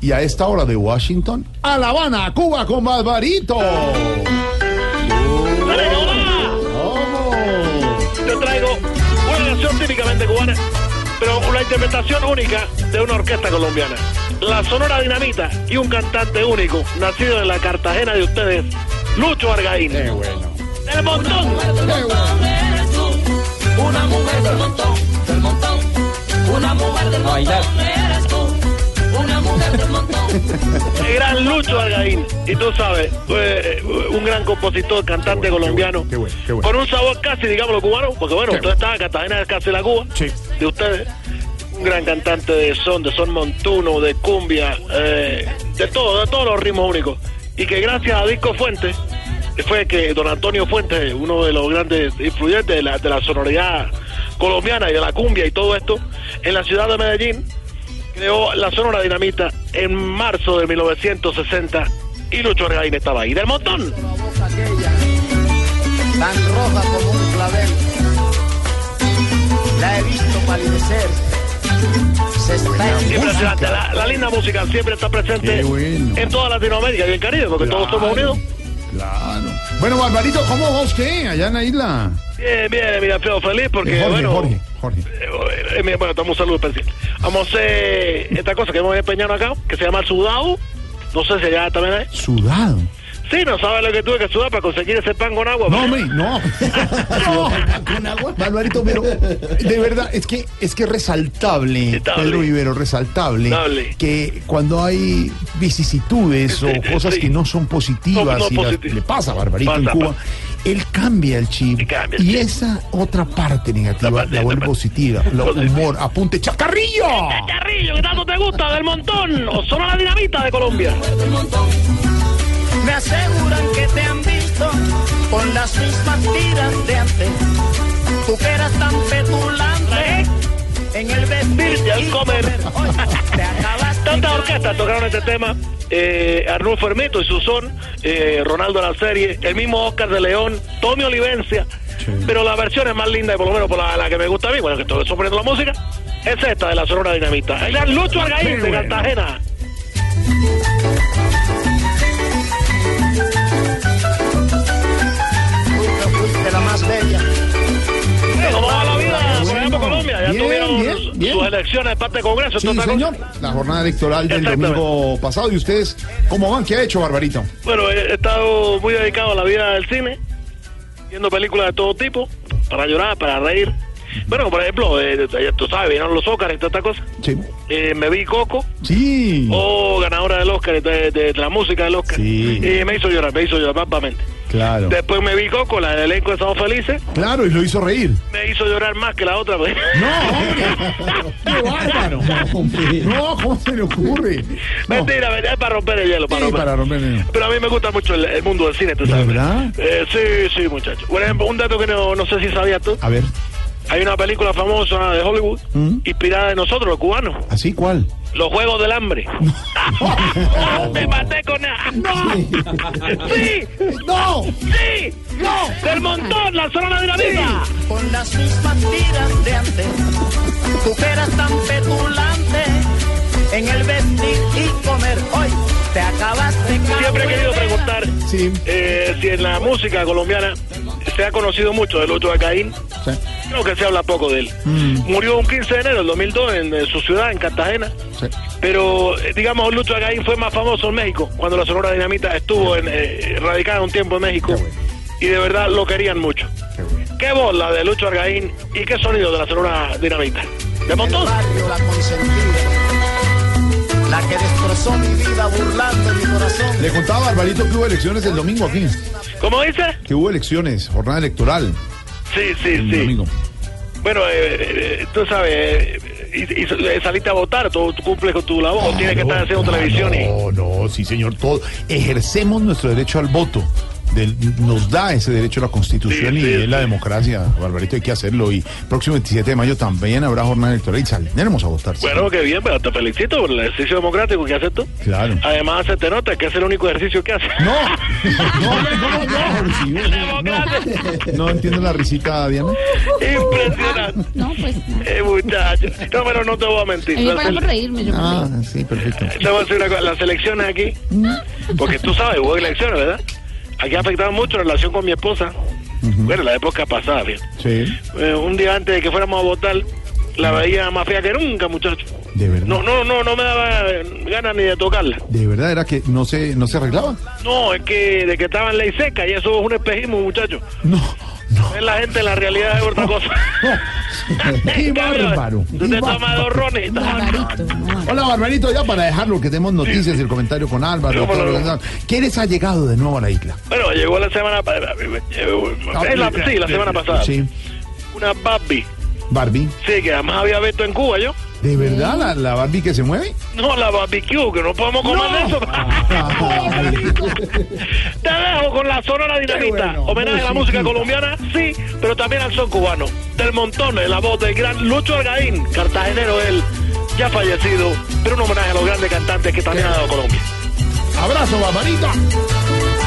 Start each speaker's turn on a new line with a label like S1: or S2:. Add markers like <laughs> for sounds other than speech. S1: Y a esta hora de Washington, a La Habana, a Cuba con Barbarito.
S2: Dale, hola.
S1: ¡Vamos!
S2: Yo traigo una canción típicamente cubana, pero una interpretación única de una orquesta colombiana. La Sonora Dinamita y un cantante único, nacido en la Cartagena de ustedes, Lucho Argaín.
S1: ¡Qué bueno!
S2: ¡El montón!
S1: ¡Qué bueno!
S3: eres tú, una mujer del montón, del montón, una mujer del montón, eres tú, una mujer del montón.
S2: El gran Lucho Argaín. Y tú sabes, eh, un gran compositor, cantante
S1: Qué bueno,
S2: colombiano,
S1: qué bueno, qué bueno.
S2: con un sabor casi, digámoslo, cubano, porque bueno,
S1: Qué
S2: usted está en Cartagena, es casi la Cuba.
S1: Sí.
S2: de ustedes. Un gran cantante de son, de son montuno, de cumbia, eh, de todo, de todos los ritmos únicos. Y que gracias a Disco Fuentes fue que don Antonio Fuentes, uno de los grandes influyentes de la, de la sonoridad colombiana y de la cumbia y todo esto, en la ciudad de Medellín creó la Sonora Dinamita en marzo de 1960 y Lucho Regaín estaba ahí. ¡Del montón!
S4: tan roja como un clavel. La he visto palidecer. Se está
S2: Impresionante, la, la linda música siempre está presente
S1: Qué bueno.
S2: en toda Latinoamérica y el Caribe, porque todos somos unidos.
S1: Claro. Bueno, Barbarito, ¿cómo va usted allá en la isla?
S2: Bien, bien, mira, feo feliz porque,
S1: Eh, Jorge,
S2: bueno,
S1: Jorge, Jorge.
S2: eh, eh, mira, bueno, estamos un saludo especial. Vamos a hacer esta cosa que hemos empeñado acá, que se llama el sudado. No sé si allá también hay.
S1: Sudado.
S2: Sí, no sabes lo que tuve que sudar para conseguir ese pan con agua.
S1: No, me, no. Barbarito, pero de verdad, es que es que resaltable,
S2: Resaltable.
S1: Pedro Vivero, resaltable,
S2: Resaltable.
S1: que cuando hay vicisitudes o
S2: Sí, sí,
S1: cosas
S2: sí.
S1: que no son positivas
S2: No, no
S1: y las-
S2: positivas.
S1: le pasa a Barbarito en
S2: Pasa,
S1: Cuba, él cambia el chip
S2: Y cambia el
S1: y
S2: chip.
S1: esa otra parte negativa la,
S2: La parte-
S1: vuelve
S2: la parte-
S1: positiva, lo
S2: Positiva.
S1: humor, apunte, chacarrillo.
S2: Carrillo, que tanto te gusta, del montón. O solo la dinamita de Colombia.
S4: Me aseguran que te han visto con las mismas tiras de antes. Tú que eras tan petulante en el vestir
S2: Y al comer.
S4: Hoy te acabaste.
S2: Tantas orquestas tocaron este tema. Eh, Arnulfo Hermito y su son, eh, Ronaldo la serie, el mismo Oscar de León, Tommy Olivencia.
S1: Sí.
S2: Pero la versión es más linda y por lo menos por la, la que me gusta a mí, bueno, que estoy sorprendiendo la música, es esta de la Sonora Dinamita. El gran Lucho Argaín
S1: Muy
S2: de
S1: Ah, bueno.
S2: Cartagena.
S4: Tú que fuiste la más bella.
S2: ¿Cómo va la vida? Por ejemplo, Colombia, ya
S1: Bien,
S2: tuvieron
S1: bien,
S2: sus-
S1: bien.
S2: sus elecciones de parte del Congreso.
S1: Sí,
S2: entonces,
S1: señor. La jornada electoral del
S2: Exactamente.
S1: domingo pasado. ¿Y ustedes cómo van? ¿Qué ha hecho Barbarito?
S2: Bueno, he estado muy dedicado a la vida del cine, viendo películas de todo tipo, para llorar, para reír. Bueno, por ejemplo, eh, tú sabes, vinieron los Óscar y toda esta cosa.
S1: Sí.
S2: Eh, me vi Coco,
S1: Sí.
S2: oh, ganadora del Oscar, de, de- de la música del Oscar.
S1: Sí.
S2: Y me hizo llorar, me hizo llorar, básicamente.
S1: Claro.
S2: Después me vi Coco, la del elenco de Estados Felices,
S1: Claro, y lo hizo reír.
S2: me hizo llorar más que la otra. <laughs> pues.
S1: <laughs> ¡Qué bárbaro! No, ¿cómo se le ocurre? No.
S2: Mentira, mentira, es para romper el hielo, para
S1: Sí,
S2: romper.
S1: para romper el hielo.
S2: Pero a mí me gusta mucho el, el mundo del cine, ¿tú
S1: ¿De
S2: sabes?
S1: verdad?
S2: Eh, sí, sí, muchacho. Por ejemplo, un dato que no, no sé si sabías tú.
S1: A ver,
S2: Hay una película famosa de Hollywood
S1: ¿Mm?
S2: inspirada en nosotros, los cubanos.
S1: ¿así cuál?
S2: Los Juegos
S1: <laughs>
S2: del Hambre. <laughs> ¡Ah, ¡Te maté con nada! ¡Sí!
S1: ¡No!
S2: ¡Sí!
S1: ¡No!
S2: ¡Del montón! ¡La zona de la vida!
S4: Con las mismas tiras de antes. Tú que eras tan petulante en el vestir y comer. Hoy te acabaste
S2: Siempre he querido preguntar
S1: Sí.
S2: eh, si en la música colombiana se ha conocido mucho del otro Caín.
S1: Sí.
S2: Creo que se habla poco de él.
S1: Mm.
S2: Murió un 15 de enero del 2002 en, eh, su ciudad, en Cartagena.
S1: Sí.
S2: Pero, eh, digamos, Lucho Agaín fue más famoso en México cuando la Sonora Dinamita estuvo en, eh, radicada un tiempo en México.
S1: Qué bueno.
S2: Y de verdad lo querían mucho.
S1: Qué bueno.
S2: ¿Qué bola de Lucho Argaín y qué sonido de la Sonora Dinamita? ¿De montón?
S4: El barrio la consentida. La que destrozó mi vida burlando mi corazón.
S1: Le contaba a Barbarito que hubo elecciones el domingo aquí.
S2: ¿Cómo dice?
S1: Que hubo elecciones, jornada electoral.
S2: Sí, sí,
S1: El
S2: sí.
S1: domingo.
S2: Bueno, eh, eh, tú sabes, eh, y, y- saliste a votar, tú, tú cumples con tu labor, tienes que estar haciendo
S1: Claro,
S2: televisión y...
S1: No, no, sí, señor, todo. Ejercemos nuestro derecho al voto. del- nos da ese derecho la Constitución
S2: Sí,
S1: y
S2: sí,
S1: es la
S2: sí.
S1: democracia, Barbarito, hay que hacerlo. Y próximo 27 de mayo también habrá jornada electoral y saldremos a votar. sí.
S2: Bueno, qué bien, pero te felicito por el ejercicio democrático que haces tú.
S1: Claro.
S2: Además, se te nota que es el único ejercicio que haces.
S1: No,
S2: <laughs>
S1: no, no, no, Jorge, no, no, no entiendo la risita, Diana.
S2: Impresionante.
S5: No, pues.
S2: Eh, muchacho. No, pero no te voy a mentir.
S5: A mí me
S2: La
S5: pagan por
S2: sele-
S5: reírme. Yo
S1: Ah, sí, perfecto.
S2: te voy a decir una cosa, Las elecciones aquí, porque tú sabes, hubo elecciones, ¿verdad? Aquí ha afectado mucho la relación con mi esposa. Bueno, la época pasada, fíjate.
S1: Sí,
S2: Eh, un día antes de que fuéramos a votar, la veía más fea que nunca, muchacho.
S1: de verdad.
S2: No, no, no, no me daba eh, ganas ni de tocarla.
S1: De verdad era que no se, no se arreglaba.
S2: No, es que de que estaba en ley seca y eso es un espejismo, muchacho.
S1: No,
S2: <laughs>
S1: no.
S2: Es la gente, la realidad es otra <laughs> cosa.
S1: Qué
S2: En cambio,
S1: bárbaro.
S2: Tú
S1: qué
S2: te tomas
S1: bárbaro.
S2: dos rones y estás
S5: Barbarito.
S1: Hola, Barbarito, ya para dejarlo, que tenemos noticias y el comentario con Álvaro.
S2: Cómo
S1: todo
S2: no.
S1: lo demás. ¿Quién les ha llegado de nuevo a la isla?
S2: Bueno, llegó la semana pasada. Sí, Eh, la semana pasada.
S1: Sí,
S2: Una Barbie.
S1: Barbie.
S2: Sí, que además había visto en Cuba yo.
S1: ¿De verdad la, la Barbie que se mueve?
S2: No, la barbecue, que no podemos
S1: <laughs>
S2: comer de eso. <laughs> Te dejo con la sonora dinamita.
S1: bueno,
S2: Homenaje a la música colombiana, sí, pero también al son cubano. Del montón, en la voz del gran Lucho Algaín, cartagenero él, ya fallecido, pero un homenaje a los grandes cantantes que también ha dado Colombia.
S1: Abrazo, Barbarito.
S5: creo.